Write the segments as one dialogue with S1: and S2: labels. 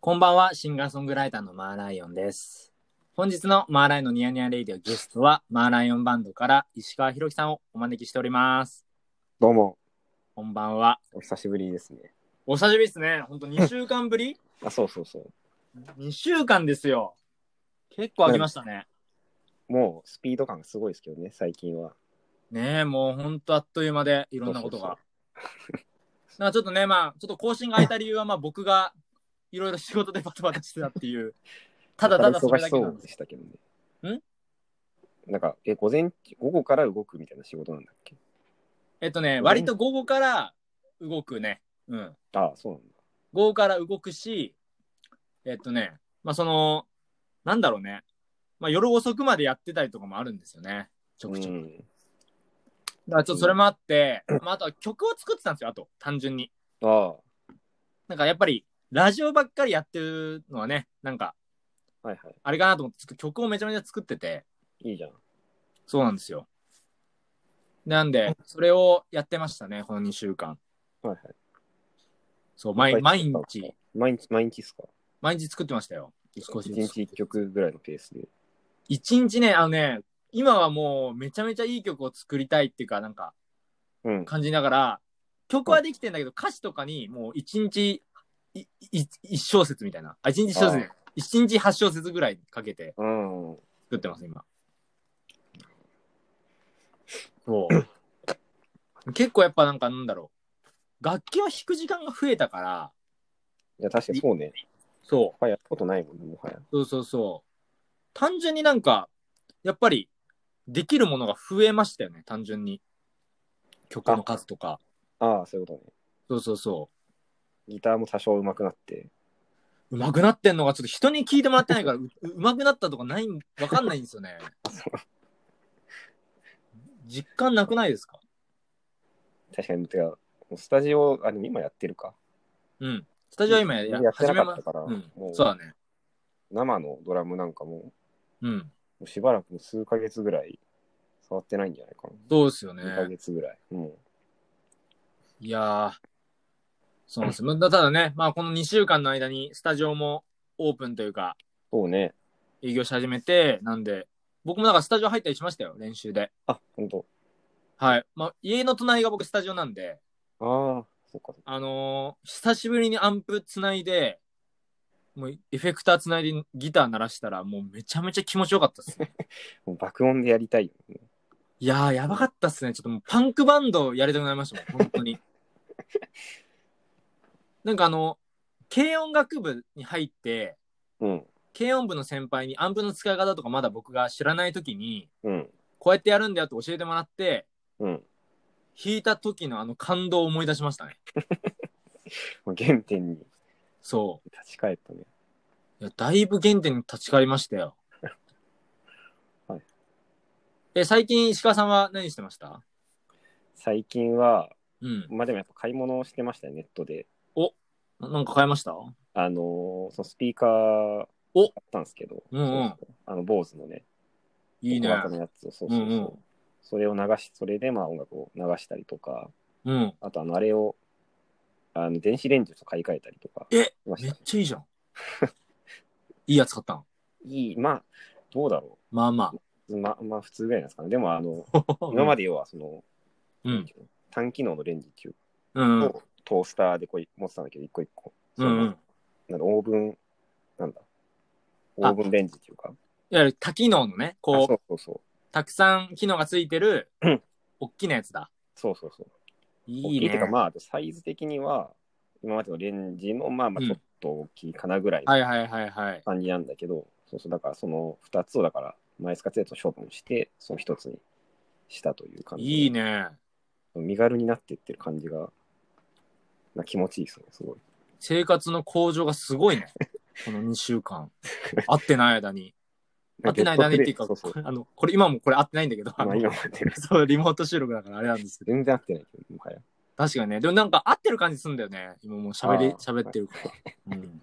S1: こんばんは、シンガーソングライターのマーライオンです。本日のマーライオンのニヤニヤレイディオゲストは、マーライオンバンドから石川博樹さんをお招きしております。
S2: どうも、
S1: こんばんは。
S2: お久しぶりですね。
S1: お久しぶりですね。ほんと2週間ぶ り
S2: あ、そうそうそう。
S1: ?2 週間ですよ。結構空きましたね。
S2: もうスピード感がすごいですけどね、最近は。
S1: ねえ、もうほんとあっという間でいろんなこと
S2: そう
S1: が。なんかちょっとね、まあ、ちょっと更新が空いた理由は、まあ僕がいろいろ仕事でバタバタしてたっていう。ただただそれ
S2: 忙
S1: だけ
S2: しそ
S1: なん
S2: う
S1: です
S2: で。したけどね。なんか、え、午前、午後から動くみたいな仕事なんだっけ
S1: えっとね、割と午後から動くね。うん。
S2: あそうなんだ。
S1: 午後から動くし、えっとね、まあその、なんだろうね。まあ夜遅くまでやってたりとかもあるんですよね。ちょくちょく。
S2: ん。
S1: だからちょっとそれもあって、まああとは曲を作ってたんですよ、あと、単純に。
S2: あ
S1: なんかやっぱり、ラジオばっかりやってるのはね、なんか、
S2: あ、はいは
S1: あれかなと思って曲をめちゃめちゃ作ってて、
S2: い。いいじゃん。
S1: そうなんですよ。なんで、それをやってましたね、この2週間。
S2: はいはい。
S1: そう、毎毎
S2: いっぱい作ったん
S1: 日
S2: です、か。毎日、毎日っすか
S1: 毎日作ってましたよ。少し
S2: 一
S1: ずつ
S2: 日一曲ぐらいのペースで。
S1: 一日ね、あのね、今はもうめちゃめちゃいい曲を作りたいっていうか、なんか
S2: うん。
S1: 感じながら、曲はできてんだけど、歌詞とかにもう一日いい一小節みたいな。あ、一日一小
S2: あ
S1: 節
S2: ー。
S1: 一日八小節ぐらいかけて
S2: うん。
S1: 作ってます、今。そう。結構やっぱなんかなんだろう。楽器を弾く時間が増えたから、
S2: いや、確かにそうね。
S1: そう。
S2: 他やったことないもんね、もはや。
S1: そうそうそう。単純になんか、やっぱり、できるものが増えましたよね、単純に。曲の数とか。
S2: ああ、そういうことね。
S1: そうそうそ
S2: ギターも多少上手くなって。
S1: う。上手くなってんのが、ちょっと人に聞いてもらってないから、う う上手くなったとかない、わかんないんですよ ね。実感なくないですか
S2: 確かに、てか、もうスタジオ、あ、でも今やってるか。
S1: うん。スタジオ今や、
S2: やってなかったから
S1: 始めまう
S2: も
S1: ん。
S2: う
S1: そうだね。
S2: 生のドラムなんかもう、
S1: うん。
S2: もうしばらくもう数ヶ月ぐらい触ってないんじゃないか
S1: どうですよ
S2: な。2ヶ
S1: ね。
S2: 月ぐらい。うん。
S1: いやー。そうなんですよ。ただね、まあこの2週間の間にスタジオもオープンというか、
S2: そうね。
S1: 営業し始めて、なんで、僕もだからスタジオ入ったりしましたよ、練習で。
S2: あ、ほんと。
S1: はい。まあ、家の隣が僕スタジオなんで、
S2: ああ、そっかそっか。
S1: あのー久しぶりにアンプつないで、もうエフェクターつないでギター鳴らしたら、もうめちゃめちゃ気持ちよかったっすね。
S2: もう爆音でやりたいよね。
S1: いやー、やばかったっすね。ちょっともうパンクバンドやりたくなりましたもん、本当に。なんかあの、軽音楽部に入って、
S2: うん。
S1: 軽音部の先輩にアンプの使い方とかまだ僕が知らない時に、
S2: うん。
S1: こうやってやるんだよって教えてもらって、
S2: うん。
S1: 弾いた時のあの感動を思い出しましたね。
S2: もう原点に
S1: そ
S2: 立ち返ったね。
S1: う。いや、だいぶ原点に立ち返りましたよ。
S2: はい。
S1: え、最近石川さんは何してました
S2: 最近は、
S1: うん。
S2: まあでもやっぱ買い物をしてましたよ、ネットで。
S1: ななんか変えました
S2: あのーそのスピーカー、
S1: お
S2: 買ったんですけど、
S1: うんうん
S2: そうそうあの、坊主のね、
S1: いいね
S2: 小。型のやつを、そうそうそう。
S1: うんうん
S2: それを流し、それでまあ音楽を流したりとか、
S1: うん。
S2: あとあの、あれを、あの、電子レンジと買い替えたりとか
S1: え
S2: しまし
S1: め
S2: た
S1: っちゃいいじゃん。 いいやつ買ったん
S2: いい、まあ、どうだろ
S1: まあま
S2: う。まあ、まあ、普通ぐらいなんですかね。でも、あの、
S1: あ。
S2: 今まで要は、その、
S1: う
S2: なん
S1: ん
S2: て。いうの単機能のレンジっていう
S1: うん。う
S2: の
S1: ん
S2: をトースターでこう持ってたんだけど、一個一個。そ
S1: うん。うん
S2: のなんだオーブン、なんだ、オ
S1: あ
S2: ーブンレンジっていうか。
S1: いわゆる多機能のね、
S2: あ
S1: こ、
S2: そううそうそう。
S1: たくさん機能がついてる
S2: うん、
S1: おっきなやつだ。
S2: そうそうそう。
S1: いい
S2: 大きいって
S1: ね
S2: いう。か、まあ、サイズ的には、今までのレンジの、まあまあ、
S1: うん
S2: ちょっと大きいかなぐらいの
S1: はいはいはいはい。
S2: 感じなんだけど、そうそう、だからその2つを、だから、前使ってたやつを処分して、その1つにしたという感じで。
S1: いいね。
S2: 身軽になってってる感じが、な気持ちいいですね、すごい。
S1: 生活の向上がすごい ね。この2週間。合ってない間に。合ってない間にっていうか、
S2: そうそう。
S1: あの、これ今もこれ合ってないんだけど、あの
S2: まあ今待ってる。
S1: そう、リモート収録だからあれなんですけど。
S2: 全然合ってないけど、もはや。
S1: 確かにね。でもなんか合ってる感じすんだよね。今もう喋り、
S2: あー
S1: 喋ってるから。うん。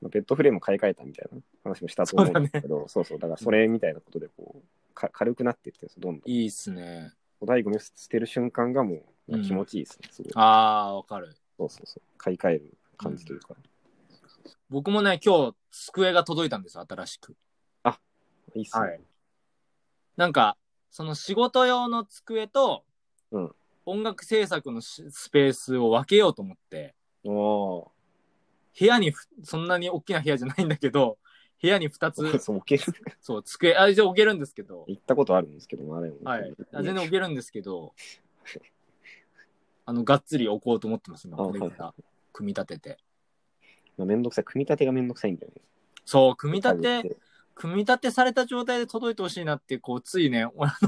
S2: まあベッドフレーム買い替えたみたいな話もしたと思うんですけど、そう,、そうだからそれみたいなことで、こう、か軽くなっていってるんですよ、どんどん。
S1: いいっすね。
S2: お醍醐みを捨てる瞬間がも
S1: う
S2: う、
S1: ん
S2: 気持ちいいですね、すごい。
S1: あー、わかる。
S2: そうそうそう。買い替える感じというか。
S1: 僕もね、今日、机が届いたんですよ、新しく。
S2: いいっすね。。
S1: なんか、その仕事用の机と、
S2: うん
S1: 音楽制作のしスペースを分けようと思って、
S2: お
S1: 部屋にふ、そんなに大きな部屋じゃないんだけど、 部屋に2つ、
S2: ー そう、置ける。
S1: そう、机、あ、一応置けるんですけど、
S2: 行ったことあるんですけど、マーライオン。
S1: はい。あ
S2: あ
S1: 全然置けるんですけど、あの、がっつり置こうと思ってます、今、
S2: あ
S1: これか
S2: は
S1: ら組み立てて。
S2: まあ、めんどくさい。組み立てがめんどくさいんだよね。
S1: そう、組み立
S2: 家
S1: て
S2: 具、って。
S1: 組み立てされた状態で届いてほしいなって、こう、ついね、 あ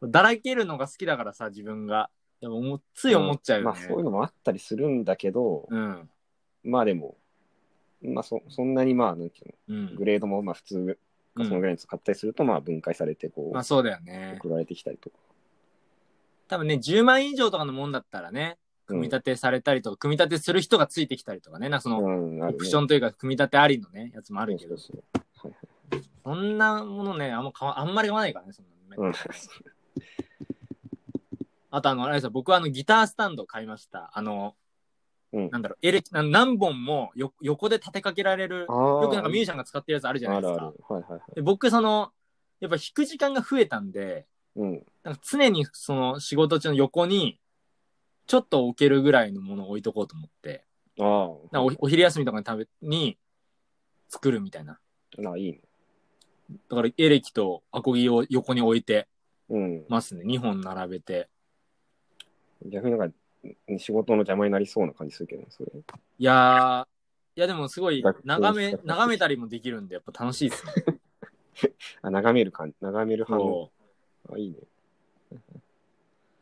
S1: の、だらけるのが好きだからさ、自分が。でももう、つい思っちゃう
S2: ま
S1: よ
S2: あ、
S1: ね。
S2: そういうのもあったりするんだけど、
S1: うん。
S2: まあでも、まあそ、そんなにまあ、なんていう
S1: う
S2: の、
S1: ん
S2: グ。レードもまあ普通
S1: う
S2: かその
S1: ん
S2: ぐらいのやつ買ったりすると、まあ分解されて、こう、
S1: まあ、そうだよね。
S2: 送られてきたりとか。
S1: 多分ね、10万円以上とかのもんだったらね、組み立てされたりとか、組み立てする人がついてきたりとかね、なんかその、
S2: うん、
S1: オ
S2: あるね
S1: プションというか、組み立てありのね、やつもあ
S2: あ
S1: るけど、
S2: そうそうはいはい
S1: そんなものね、あんま買わあんまり買わないからね、そんなのね
S2: うん、
S1: あと、あの、あれですよ、僕はあの、ギタースタンドを買いました。あの、
S2: うん
S1: なんだろう、エレキ、な何本もよ横で立てかけられる、
S2: あ
S1: よ
S2: ー
S1: くなんかミュージシャンが使ってるやつあるじゃない
S2: あ
S1: で
S2: る
S1: す
S2: ある。
S1: か。
S2: はいはいはい。
S1: で僕、その、やっぱ弾く時間が増えたんで、
S2: うん。
S1: なんか常にその仕事中の横に、ちょっと置けるぐらいのものを置いとこうと思って、
S2: ああ。
S1: なんかおお昼休みとかに食べ、に作るみたいな。
S2: あいいね。
S1: だからエレキとアコギを横に置いて
S2: うん。
S1: ますね。2本並べて。
S2: 逆になんか、仕事の邪魔になりそうな感じするけどね、それ。
S1: いやー、いやでもすごい
S2: だって
S1: 眺め、眺めたりもできるんで、やっぱ楽しいですね。
S2: あ、眺める感じ、眺める反応。
S1: そ
S2: あ、いいね。
S1: う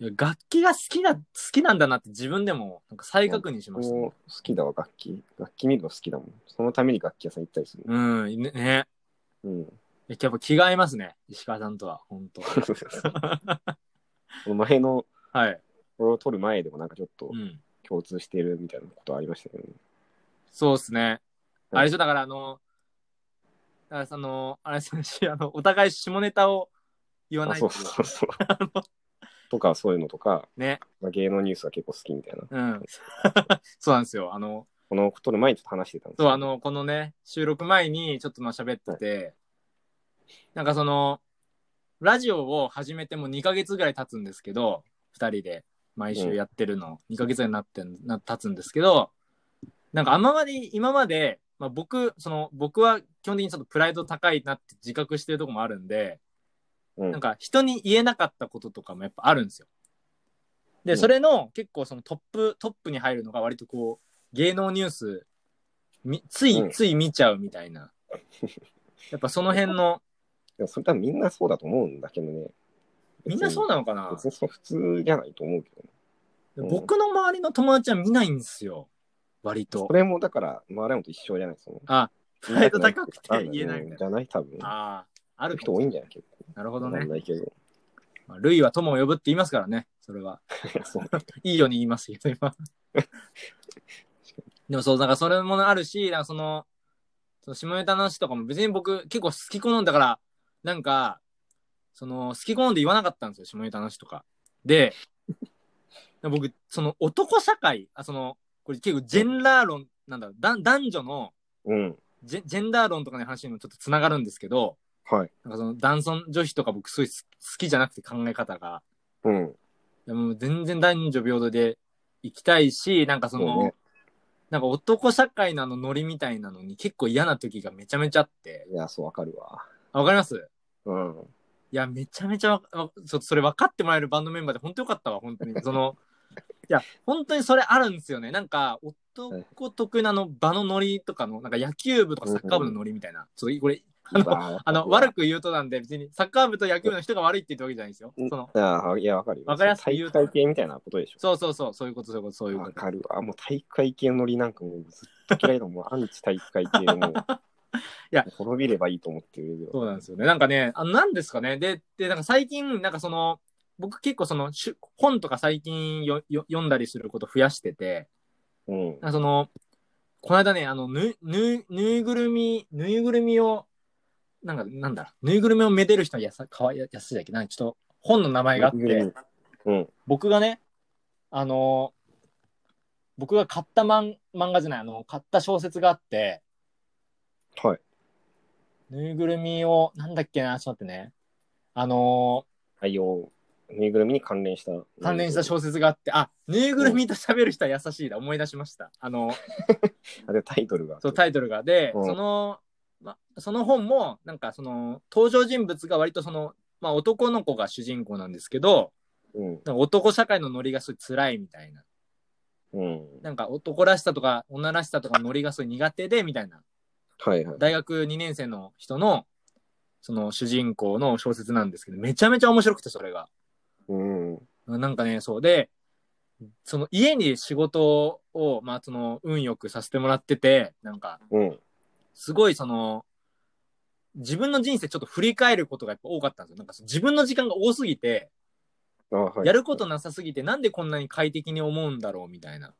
S1: いや楽器が好きな、好きなんだなって自分でもなんか再確認しました
S2: も
S1: ね。
S2: う好きだわ、楽器。楽器見るの好きだもん。そのために楽器屋さん行ったりする。
S1: うん、ねね。
S2: うん。
S1: やっぱ気が合いますね。石川さんとは、本当
S2: この前の、
S1: はい。
S2: これを撮る前でもなんかちょっと
S1: うん。
S2: 共通してるみたいなことありましたけどね。
S1: そうですね。
S2: うん
S1: あれでしょ、だからあの、だからその、あれですね しあの、お互い下ネタを言わ
S2: あ
S1: ない
S2: そ
S1: と
S2: うそうそう。とか、そういうのとか、
S1: ね。
S2: まあ芸能ニュースが結構好きみたいな。
S1: うん。 そうなんですよ。あの、
S2: この撮る前にちょっと話してたんです
S1: そう、あ、の、このね、収録前にちょっとまあ喋ってて、なんかその、ラジオを始めてもう2ヶ月ぐらい経つんですけど、2人で毎週やってるの、2ヶ月ぐらいになってんな、経つんですけど、なんか今まで、今まで、まあ僕、その、僕は基本的にちょっとプライド高いなって自覚してるとこもあるんで、
S2: うん
S1: なんか人に言えなかったこととかもやっぱあるんですよ。
S2: う
S1: で、
S2: ん
S1: それの結構そのトップ、トップに入るのが割とこう、芸能ニュース、みつい、
S2: うん
S1: つい見ちゃうみたい な。やっぱその辺の、
S2: でもそれ多分みんなそうだと思うんだけどね。
S1: みんなそう
S2: だ
S1: なのかな
S2: 別にそれ普通じゃないと思うけど、ね、うん
S1: 僕の周りの友達は見ないんですよ。割と
S2: そ。れもだから、まあ、あれもと一緒じゃないその
S1: あ、プライド高くて言えないみたい
S2: じゃない多分。
S1: な。ああー、あ
S2: あ
S1: る
S2: る
S1: 人多
S2: 人多
S1: い。
S2: いんじゃない結構。
S1: なるほど
S2: わか
S1: ね
S2: ん。ないけど。
S1: まあ、ルイは友を呼ぶって言いますからね、それは。
S2: そう
S1: いいように言いますけど、今。でもそう、だからそれもあるし、なんかその、その下ネタの話とかも別に僕結構好き好んだから、なんか、その、好き好んで言わなかったんですよ、下ネタの話とか。で、僕、その男社会、あ、その、これ結構ジェンダー論、なんだろう、だ男女の
S2: うん。
S1: ジェジェンダー論とかの話にもちょっとつながるんですけど、
S2: はい。
S1: なんかその男尊女卑とか僕すごい好きじゃなくて考え方が。
S2: うん。
S1: いやもう全然男女平等で行きたいし、なんかその、
S2: そうね
S1: なんか男社会のあのノリみたいなのに結構嫌な時がめちゃめちゃあって。
S2: いや、そう、わかるわ。
S1: あわかります
S2: うん。
S1: いや、めちゃめちゃわわそ、それ分かってもらえるバンドメンバーで本当よかったわ、本当 に。その、いや、本当にそれあるんですよね。なんか、男得意なあの場のノリとかの、なんか野球部とかサッカー部のノリみたいな。ちょっとこれ、あの、 あの、悪
S2: く。
S1: く言うとなんで、別にサッカー部と野球部の人が悪いって言ったわけじゃないんですよ。その、
S2: ああ、いや、わかるよ。
S1: わかりやすく
S2: 体
S1: 言う
S2: 育
S1: と
S2: 会系みたいなことでしょ。
S1: そうそうそう、そういうこと、そういうこと、そういうこ
S2: わ
S1: と。
S2: かるわ。もう体育会系のりなんかもうずっと嫌いだもん。もうアンチ体育会系 のもう。
S1: や
S2: 滅びればいいと思ってるよ。
S1: そうなんですよね。なんかね、あの、なんですかね。で、で、なんか最近、なんかその、僕結構その、しゅ本とか最近よよ読んだりすること増やしてて、
S2: うん。
S1: なんかその、この間ね、あの、ぬ、ぬ、ぬいぐるみ、ぬいぐるみを、なんか、なんだろう、ぬいぐるみをめでる人はやさ、かわいや、やすいだっけなんかちょっと、本の名前があっ
S2: ぬいぐる
S1: て
S2: み、うん。
S1: 僕がね、あの僕が買った漫漫画じゃない、あの、買った小説があって、
S2: はい。
S1: ぬいぐるみを、なんだっけな、ちょっと待ってね。あの
S2: 愛用、ぬいぐるみに関連した。
S1: ー関連した小説があって、あ、ぬいぐるみと喋る人は優しいだ、思い出しました。あの、
S2: あでタイトルが。
S1: そうタイトルが。で、
S2: うん
S1: その、ま、その本も、なんかその、登場人物が割とその、まあ、男の子が主人公なんですけど、
S2: うん。
S1: なんか男社会のノリがすごい辛いみたいな。
S2: うん。
S1: なんか男らしさとか女らしさとかノリがすごい苦手で、みたいな。
S2: はいはい。
S1: 大学2年生の人の、その主人公の小説なんですけど、めちゃめちゃ面白くて、それが。
S2: うん。は
S1: なんかね、そうで、その家に仕事を、まあ、その、運よくさせてもらってて、なんか、
S2: うん。
S1: すごいその、自分の人生ちょっと振り返ることがやっぱ多かったんですよ。なんかその自分の時間が多すぎて、
S2: あはい。
S1: やることなさすぎて、なんでこんなに快適に思うんだろうみたいな。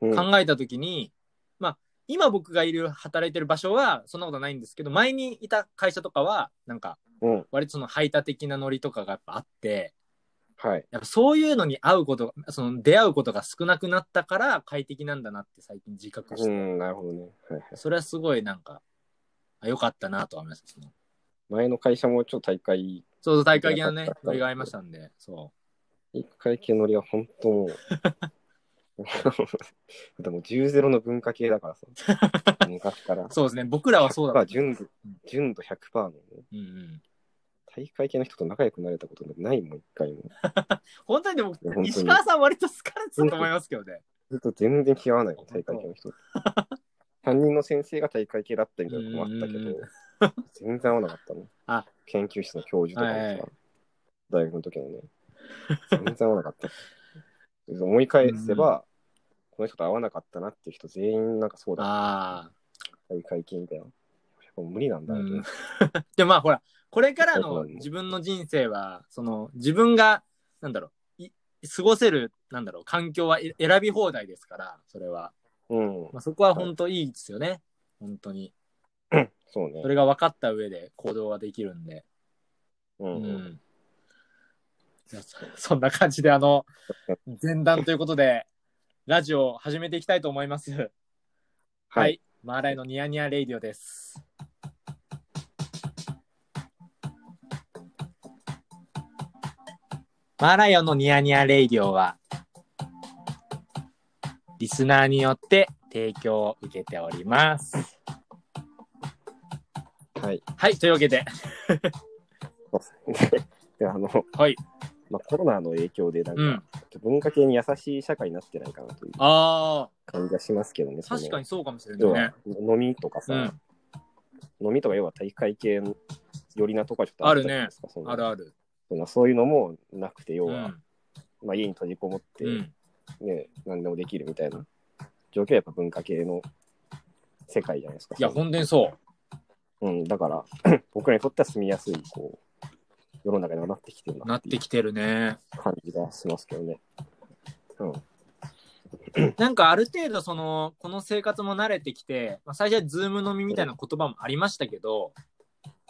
S2: うん、
S1: 考えた時に、まあ、今僕がいる働いてる場所はそんなことないんですけど、前にいた会社とかは、なんか、
S2: うん。
S1: 割とその排他的なノリとかがやっぱあって、
S2: はい。
S1: やっぱそういうのに会うこと、その出会うことが少なくなったから快適なんだなって最近自覚し
S2: う
S1: て、
S2: ん、なるほどね。はいはい。
S1: それはすごいなんか、あ良かったなとは思います。その
S2: 前の会社もちょっと大会、
S1: そうそう、大会系のね
S2: 良かっ、た
S1: ノリがありましたんで、そ
S2: 一回系のりは本当 もう。でも10-0の文化系だからさ。昔から
S1: う。。そうですね、僕らはそうだ
S2: 100%
S1: った。
S2: 純度、純度100%のね、
S1: うんうん。
S2: 大会系の人と仲良くなれたことないもん、一回も。
S1: 本当にでも
S2: 当、に
S1: 石川さん割と好かれてたと思いますけどね。
S2: ずっと全然気合わないもん、大会系の 人。担任の先生が大会系だったみたいなとこもあったけ
S1: うんうん
S2: ど、全然合わなかったの。
S1: あ
S2: 研究室の教授とかもさ、
S1: はいはい
S2: 大学の時のね、全然合わなかった。思い返せば、この人と合わなかったなっていう人全員なんかそうだ、
S1: ああ。
S2: 大会系みたいな。やっぱ無理なんだなと
S1: う
S2: 思
S1: ん
S2: って、
S1: でもまあほら、これから
S2: そう
S1: の
S2: そう
S1: 自分の人生は、その自分が、なんだろう、い過ごせる、なんだろう、環境はえ選び放題ですから、それは。
S2: うん。
S1: まあ、そこは本当いいですよね。本当に。
S2: そうね
S1: そ。れが分かった上で行動ができるんで。
S2: う。
S1: うんん。いやそそんな感じで、あの、前段ということで、ラジオを始めていきたいと思います。は
S2: はい
S1: い。マーライのニヤニヤレイディオです。マーライオンのニヤニヤレイディオは、リスナーによって提供を受けております。
S2: はい。
S1: はい、というわけで、
S2: そう ですねで、あの、
S1: はい。
S2: まあ、コロナの影響で、なんか、
S1: うん。
S2: 文化系に優しい社会になってないかなという
S1: あ
S2: 感じがしますけどね。
S1: あ、
S2: その
S1: 確かにそうかもしれない
S2: 要
S1: ね
S2: は。飲みとかさ、
S1: うん
S2: 飲みとか要は体育会系の寄りなとかちょっとじゃないですかその
S1: あるある。
S2: そのそういうのもなくて
S1: う
S2: 要は、
S1: ん。
S2: まあ、家に閉じこもって、
S1: うん。
S2: ね、何でもできるみたいな状況はやっぱ文化系の世界じゃないですか
S1: いや、
S2: その
S1: 本当にそう。
S2: うん、だから 僕らにとっては住みやすいこう世の中にはなってきてる
S1: な
S2: な
S1: っ
S2: ってい
S1: て
S2: う
S1: きてるね。
S2: 感じがしますけどね。うん、
S1: なんかある程度そのこの生活も慣れてきて、まあ、最初はズーム飲みみたいな言葉もありましたけど、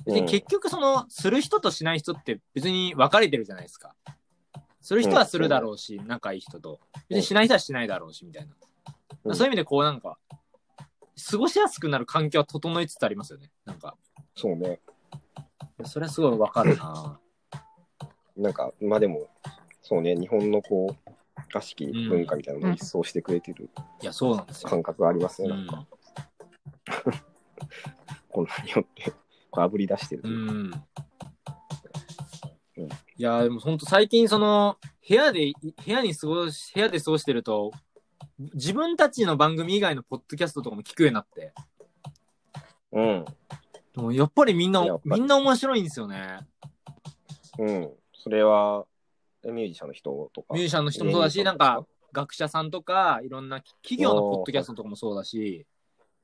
S1: 別
S2: う
S1: に
S2: ん
S1: 結局そのする人としない人って別に分かれてるじゃないですか。する人はするだろうし、仲いい人と。別にしない人はしないだろうしみたいな。
S2: うん
S1: そういう意味でこうなんか過ごしやすくなる環境は整いつつありますよね。なんか
S2: そうね。
S1: それはすごい分かるな。
S2: なんかまあでもそうね日本のこう悪しき文化みたいなのを一掃してくれてる
S1: いやそうなんですよ。
S2: 感覚がありますね、
S1: う
S2: なんか
S1: ん。
S2: こんなによってこう炙り出してる
S1: う
S2: というか、
S1: ん
S2: うん
S1: いやでも本当最近その部屋でい部屋に過ごし部屋で過ごしてると自分たちの番組以外のポッドキャストとかも聞くようになって
S2: うん
S1: でもやっぱりみんな
S2: やっぱり
S1: みんな面白いんですよね
S2: うん、それはえミュージシャンの人とか
S1: ミュージシャンの人もそうだしなんか、学者さんとかいろんな企業のポッドキャストとかもそうだし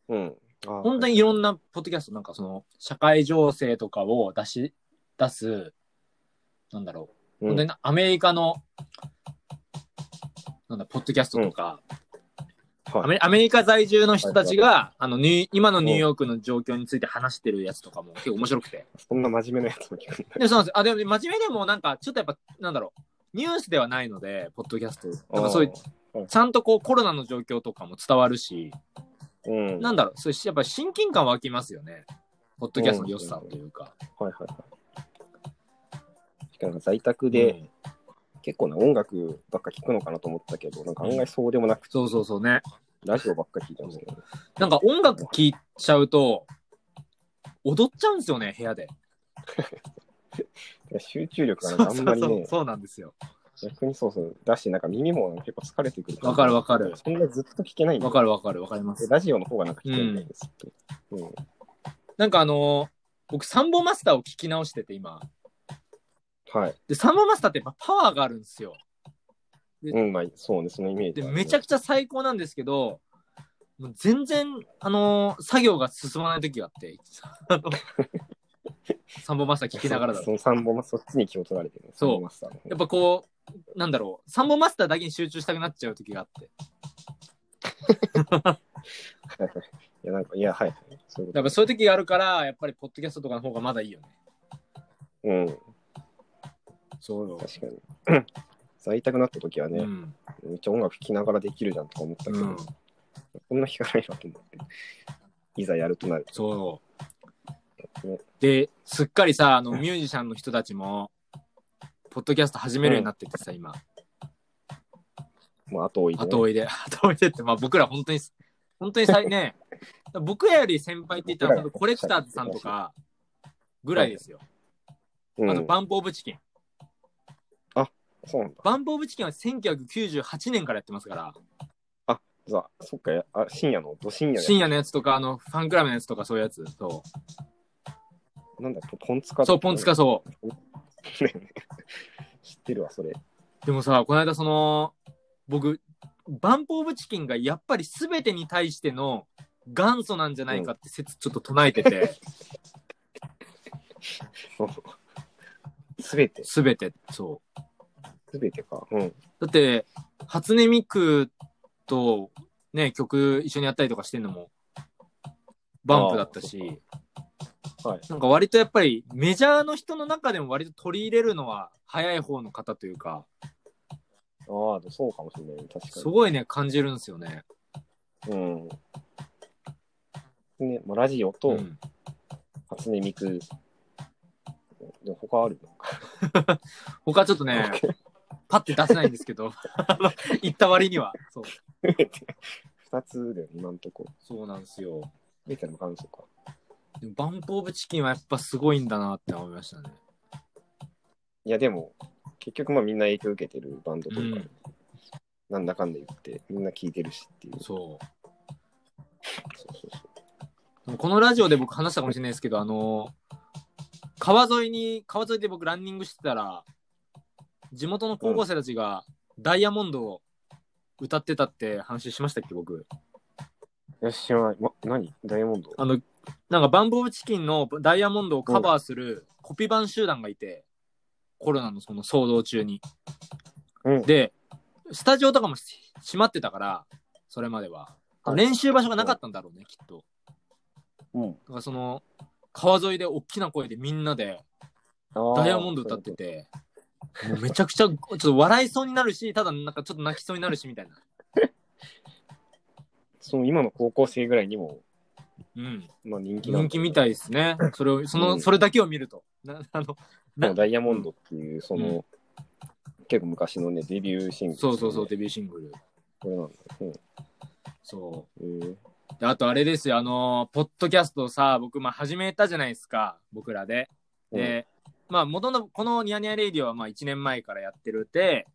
S2: 芸人とかうん、
S1: 本当
S2: に
S1: にいろんなポッドキャストなんかその社会情勢とかを出し出すなんだろう本当にアメリカの、なんだ、ポッドキャストとか、アメアメリカ在住の人たちが、あの、ニュー今のニューヨークの状況について話してるやつとかも結構面白くて。
S2: そんな真面目なやつも聞くんだ
S1: で、そうなんです。あ、でも、真面目でもなんか、ちょっとやっぱ、なんだろう、ニュースではないので、ポッドキャスト。なんかそういう、
S2: はい
S1: ちゃんとこうコロナの状況とかも伝わるし、
S2: うん。
S1: なんだろう、そうやっぱ親近感湧きますよね。ポッドキャストの良さというか。
S2: はいはいはい。確かになんか在宅で、
S1: うん
S2: 結構な音楽ばっか聞くのかなと思ったけど、なんか案外そうでもなく、
S1: そうそうそうね。
S2: ラジオばっか聞いてますけど、
S1: なんか音楽聴いちゃうと、踊っちゃうんですよね、部屋で。
S2: 集中力
S1: そ
S2: が
S1: う
S2: ねあ
S1: そ
S2: んま
S1: う
S2: り
S1: そう
S2: ね、
S1: そうなんですよ。
S2: 逆にそうそう、だし、なんか耳も結構疲れてくるら
S1: わかるわかる
S2: そんなずっと聞けないんだ
S1: わ
S2: よ
S1: かるわかるわかります。
S2: ラジオの方がなんか聞けるんですって。うん。
S1: なんかあのー僕、サンボマスターを聞き直してて、今。
S2: はい。
S1: で、サンボマスターってやっぱパワーがあるんですよ。
S2: うん、まあ、そうね、そのイメージ
S1: で、
S2: はね、
S1: めちゃくちゃ最高なんですけど、もう全然、あのー作業が進まない時があって、 あのサンボマスター聞きながらだ
S2: そ
S1: と。
S2: の三本はそっちに気を取られてる、ね。
S1: そう
S2: 三本マスターの方
S1: やっぱこう、なんだろう、サンボマスターだけに集中したくなっちゃう時があって。
S2: はいはいいや、なんか、いや、はいはい。そういうこ
S1: やっぱそういう時があるから、やっぱりポッドキャストとかの方がまだいいよね。
S2: と。うん、
S1: そうよ。
S2: 確かに。 在宅になった時は
S1: う
S2: ね、
S1: ん。
S2: めっちゃ音楽聴きながらできるじゃんとか思ったけ
S1: う
S2: ど、
S1: ん。
S2: そんな弾かないなと思って。いざやるとなると。
S1: そうよ
S2: ね。
S1: で、すっかりさ、あの、ミュージシャンの人たちも、ポッドキャスト始めるようになっててさ、今。
S2: まあ、後追いで、ね。
S1: 後追いで、 後追いでって、まあ僕ら本当に、本当に最ね、僕らより先輩って言ったら、
S2: 僕ら
S1: 本当コレクターズさんとかぐらいですよ。
S2: うん、
S1: あと、バンプ・オブ・チキン。
S2: そうなんだ。
S1: バンプ・オブ・チキンは1998年からやってますから、
S2: じゃあ、そっか、やあ深夜の、ど深夜
S1: 深
S2: で。
S1: 夜のやつとか、あの、ファンクラブのやつとか、そういうやつ。そ
S2: なんだ、ポンツ
S1: う。
S2: カ
S1: そう、ポンツカ、。そう。
S2: 知ってるわ、それ。
S1: でもさ、この間、その、僕、バンプ・オブ・チキンがやっぱり全てに対しての元祖なんじゃないかって説ちょっと唱えて て、
S2: すべて、
S1: 全て、そう。
S2: すべてか。うん。
S1: だって、初音ミクとね、曲一緒にやったりとかしてんのも、バンプだったし、
S2: はい。
S1: なんか割とやっぱりメジャーの人の中でも割と取り入れるのは早い方の方というか、
S2: ああ、でもそうかもしれない。確かに。
S1: すごいね、感じるんですよね。
S2: うん。ね、まあ、ラジオ
S1: う
S2: と
S1: ん
S2: 初音ミク。でも他あるのか。
S1: 他ちょっとね、パッて出せないんですけ ど、あの言った割には。そう
S2: 二つだよね、今んとこ。
S1: そうなんですよ。
S2: みたいな感想か。
S1: でもバンプ・オブ・チキンはやっぱすごいんだなって思いましたね。
S2: いや、でも、結局まあみんな影響受けてるバンドというか、
S1: うん
S2: なんだかんだ言って、みんな聴いてるしっていう。
S1: そう。
S2: そうそうそう
S1: このラジオで僕話したかもしれないですけど、あの川沿いに、川沿いで僕ランニングしてたら、地元の高校生たちがダイヤモンドを歌ってたって話しましたっけ、僕。
S2: いや、知らない。ま、何ダイヤモンド
S1: あの、なんかバンボブチキンのダイヤモンドをカバーするコピー版集団がいて、コロナのその騒動中に。
S2: うん
S1: で、スタジオとかもし閉まってたから、それまでは。
S2: はい
S1: 練習場所がなかったんだろうね、きっと。
S2: うん。
S1: だからその、川沿いで大きな声でみんなで、ダイヤモンド歌ってて、もうめちゃくちゃ、ちょっと笑いそうになるし、ただなんかちょっと泣きそうになるしみたいな。
S2: その今の高校生ぐらいにも、
S1: うん。
S2: まあ人気なんだ
S1: 人気みたいですね。それを、その、
S2: うん
S1: それだけを見ると。なあの、
S2: でもダイヤモンドっていう、その、結構昔のね、デビューシングル、
S1: そうそうそう、
S2: こ
S1: デビューシングル。
S2: れなんだ。うん。
S1: そ
S2: えー
S1: う。であとあれですよ、あのー、ポッドキャストをさ、僕、まあ始めたじゃないですか、僕らで。で、まあ、元の、このニヤニヤレイディオは、まあ、1年前からやってるで、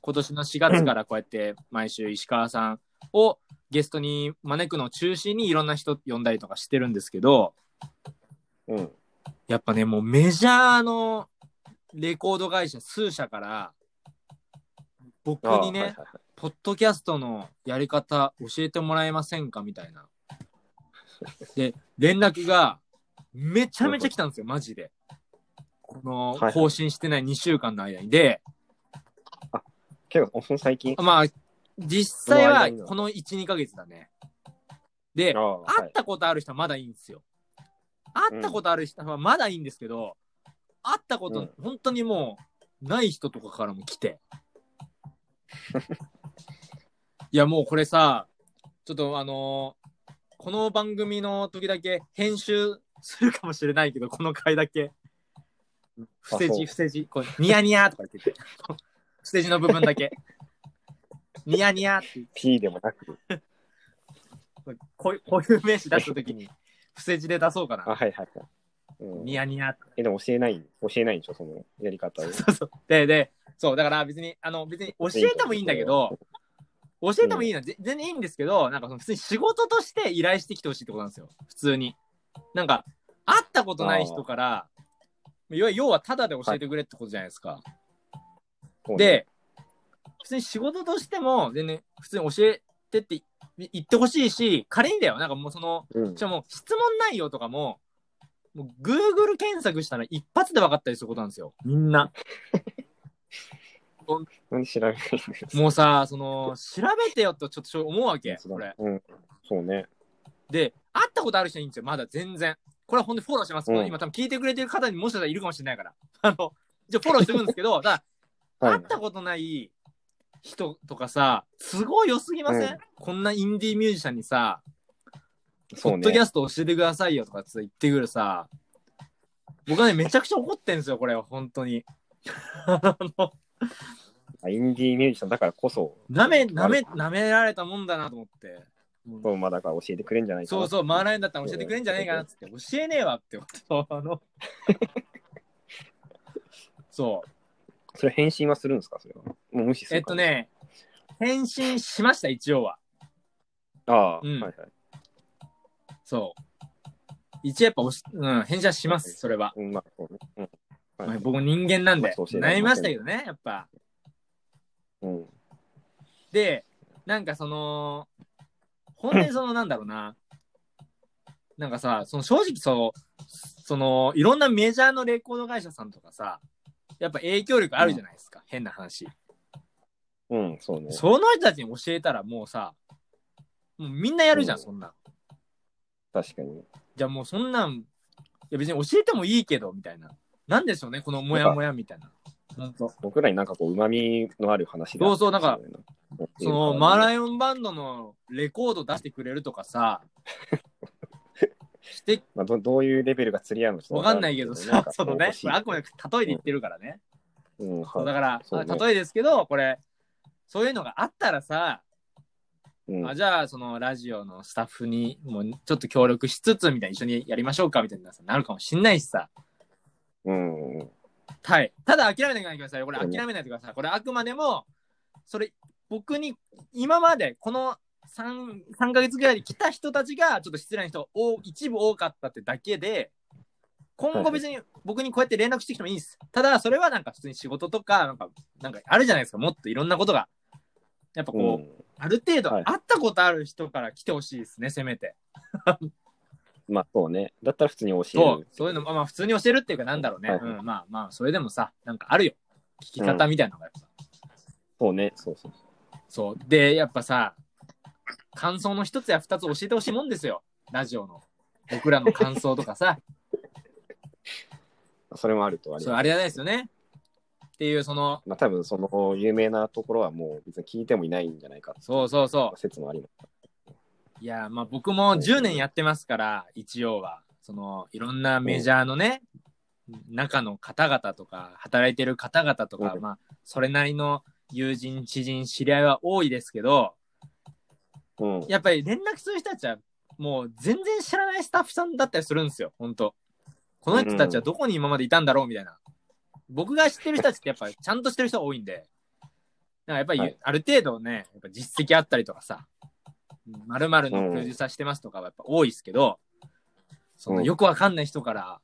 S1: 今年の4月からこうやって、毎週石川さんをゲストに招くのを中心にいろんな人呼んだりとかしてるんですけど、
S2: うん。うん。
S1: やっぱね、もうメジャーのレコード会社数社から、僕
S2: ああ
S1: にね、
S2: はいはいはい
S1: ポッドキャストのやり方教えてもらえませんかみたいな。で、連絡がめちゃめちゃ来たんですよ、マジで。この
S2: はいはい
S1: 更新してない2週間の間に。で、
S2: けど、その最近。
S1: まあ、実際は
S2: この間には
S1: この1、2ヶ月だね。で、
S2: ああ、は
S1: 会っ
S2: い。
S1: たことある人はまだいいんですよ。会ったことある人はまだいいんですけど、会ったこ
S2: う
S1: と
S2: ん、
S1: 本当 にもう、ない人とかからも来て。いや、もうこれさ、ちょっとあのーこの番組の時だけ編集するかもしれないけど、この回だけ。不正
S2: そう
S1: 字、不正字。こうニヤニヤとか言ってて。 不正字の部分だ け。ニヤニヤって
S2: P でもなく。
S1: こう いう、こういう名詞出した時に、不正字で出そうか
S2: あ、
S1: な。
S2: はいはいはい。うん
S1: ニヤニヤって。
S2: え、でも教えない、教えないんでしょ、そのやり方を。
S1: そうそう。で、で、そう、だから別に、あの、別に教えてもいいんだけど、教えてもいいのは、ぜ全然いいんですけど、なんかその普通に仕事として依頼してきてほしいってことなんですよ。普通に。なんか、会ったことない人から、要は要はただで教えてくれってことじゃないですか。
S2: そうね、
S1: で、普通に仕事としても、全然、普通に教えてってい言ってほしいし、仮にだよ、なんかもうその、
S2: うん
S1: し、かも質問内容とかも、もう Google 検索したら一発で分かったりすることなんですよ。みんな。
S2: なんで調べないんです
S1: もうさ、その、調べてよとちょっと正直思うわけ、これ。
S2: うん、そうね。
S1: で、会ったことある人はいいんですよ、まだ全然。これは本当にフォローします。
S2: うん
S1: この今多分聞いてくれてる方にもしかしたらいるかもしれないから。 あの、じゃフォローしてくんですけ ど、だから
S2: は
S1: 会っ
S2: い。
S1: たことない人とかさ、都合良すぎません、
S2: うん
S1: こんなインディーミュージシャンにさ、
S2: そう
S1: ポッドキ
S2: ね。
S1: ャスト教えてくださいよとかって言ってくるさ、僕はね、めちゃくちゃ怒ってんですよ、これは、本当に。あの
S2: インディーミュージシャンだからこそ、
S1: なめ、なめ、なめられたもんだなと思って。
S2: そうまあだから教えてくれんじゃないかな。
S1: そうそう、回らないんだったら教えてくれんじゃねえかなっつって、教えねえわって こと。あのそう。
S2: それ返信はするんですかそれは。もう無視する
S1: えっと。ね、返信しました、一応は。
S2: ああ、
S1: うん
S2: はいはい。
S1: そう。一応やっぱおし、うん、返信はします、それは。
S2: うん、まあそうね。うん。
S1: ま
S2: は
S1: あ
S2: い。
S1: 僕人間なん
S2: ま
S1: で
S2: あ、そう教えない
S1: 悩みましたけどね、やっぱ。
S2: うん。
S1: で、なんかその、本当にその、なんだろうな。なんかさ、その正直そう、その、いろんなメジャーのレコード会社さんとかさ、やっぱ影響力あるじゃないですか、変な話。
S2: うん、そうね。
S1: その人たちに教えたらもうさ、もうみんなやるじゃん、
S2: うん
S1: そんなん。
S2: 確かに。
S1: じゃあもうそんなん、いや別に教えてもいいけど、みたいな。なんでしょうね、このモヤモヤみたいな。本当。
S2: 僕らになんかこう、旨味のある話だ
S1: そうそうなんか、
S2: ってい
S1: そうの、マーラ
S2: イ
S1: イオンバンドのレコード出してくれるとか さ、して、
S2: まあど、どういうレベルが釣り合うのか
S1: わかんないけどさ、 そのね、これあくまで例えで言ってるからね。
S2: うん、
S1: そうだか
S2: は
S1: ら、
S2: そうね
S1: 例えですけど、これ、そういうのがあったらさ、
S2: い。うん
S1: あじゃあそのラジオのスタッフにもうちょっと協力しつつみたいな一緒にやりましょうかみたいなさなるかもしんないしさ
S2: うん。うん
S1: はいただ諦めないでくださいよこれ諦めないでくださいこれあくまでもそれ僕に今までこの 3, 3ヶ月ぐらいで来た人たちがちょっと失礼な人お一部多かったってだけで今後別に僕にこうやって連絡してきてもいいんです、ただそれはなんか普通に仕事とかなんかなんかあるじゃないですかもっといろんなことがやっぱこう、
S2: うん
S1: ある程度
S2: は
S1: 会
S2: い
S1: ったことある人から来てほしいですね、せめて。
S2: まあそうね。だったら普通に教える。
S1: そう、そういうの、まあまあ普通に教えるっていうかなんだろうね。
S2: はい
S1: うん、まあまあ、それでもさ、なんかあるよ。聞き方みたいなのがやっぱ、
S2: そうね。そうそう。
S1: そう。で、やっぱさ、感想の一つや二つ教えてほしいもんですよ。ラジオの。僕らの感想と かさ、
S2: それもあるとあれ。
S1: そうあれじゃないですよね。っていう、その、
S2: まあ多分その有名なところはもう別に聞いてもいないんじゃないか
S1: そうそうそう。
S2: 説もあります。
S1: いや、まあ僕も10年やってますから、一応は。その、いろんなメジャーのね、中の方々とか、働いてる方々とか、
S2: うん
S1: まあ、それなりの友人、知人、知り合いは多いですけど、
S2: うん。
S1: やっぱり連絡する人たちは、もう全然知らないスタッフさんだったりするんですよ、本当この人たちはどこに今までいたんだろうみたいな。僕が知ってる人たちってやっぱりちゃんとしてる人が多いんで、なんかやっぱり
S2: はい
S1: ある程度ね、やっぱ実績あったりとかさ、まるのプロデューサーしてますとかはやっぱ多いですけど、その
S2: うん
S1: よくわかんない人から、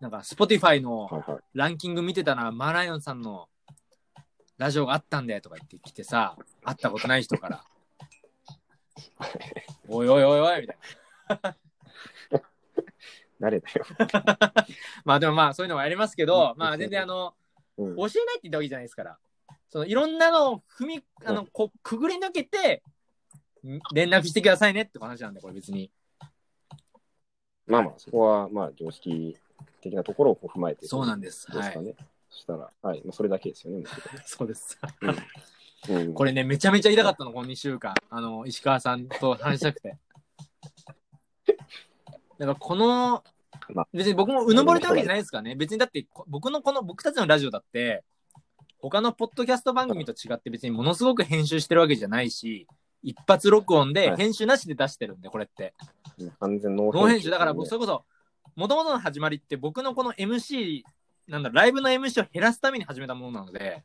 S1: なんか Spotify の
S2: はいはい。
S1: ランキング見てたら、マーライオンさんのラジオがあったんだよとか言ってきてさ、会ったことない人 から。おいおいおいおいみたいな。
S2: 誰だよ。
S1: まあでもまあそういうのはやりますけど、
S2: うん
S1: まあ全然あの、
S2: うん
S1: 教えないって言ったわけじゃないですから。そのいろんなのを踏み、あの、こうくぐり抜けて、ん連絡してくださいねって話なんで、これ別に。
S2: まあまあ、そこはまあ常識的なところをこう踏まえて。
S1: そうなんです。
S2: どう
S1: は
S2: ですか
S1: い。
S2: ね。そしたら、はい。まあ、それだけですよね。
S1: そうです。
S2: うん
S1: これね、めちゃめちゃ痛かったの、この2週間。あの、石川さんと話したく て。だからこの
S2: まあ、
S1: 別に僕もうぬぼれたわけじゃないですからね。別にだって、こ僕のこの、僕たちのラジオだって、他のポッドキャスト番組と違って別にものすごく編集してるわけじゃないし、一発録音
S2: は
S1: で
S2: い
S1: 編集なしで出してるんで、これって。
S2: 完全ノ
S1: ノー
S2: ー
S1: 編集だから僕それこそ元々の始まりって僕のこの MC なんだライブの MC を減らすために始めたものなので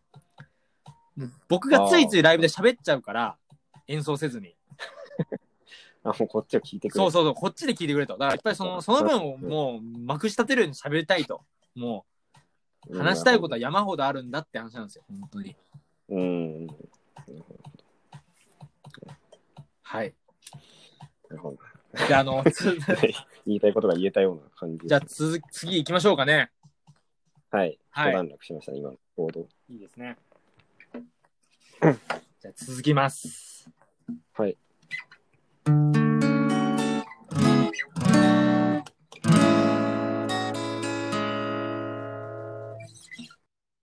S1: 僕がついついライブで喋っちゃうから演奏せずに
S2: あ、もうこっちは聞いてくれ
S1: そう
S2: る。
S1: そうそうこっちで聞いてくれとだからやっぱりそのその分をもうまくし立てるように喋りたいともう話したいことは山ほどあるんだって話なんですよ本当に
S2: うん。な
S1: はい
S2: るほど。
S1: じゃああ のつ
S2: 言いたいことが言えたような感じです。
S1: じゃあ続き次行きましょうかね
S2: はい。
S1: はい
S2: 一段落しましたね、今の行動。
S1: いいですねじゃあ続きます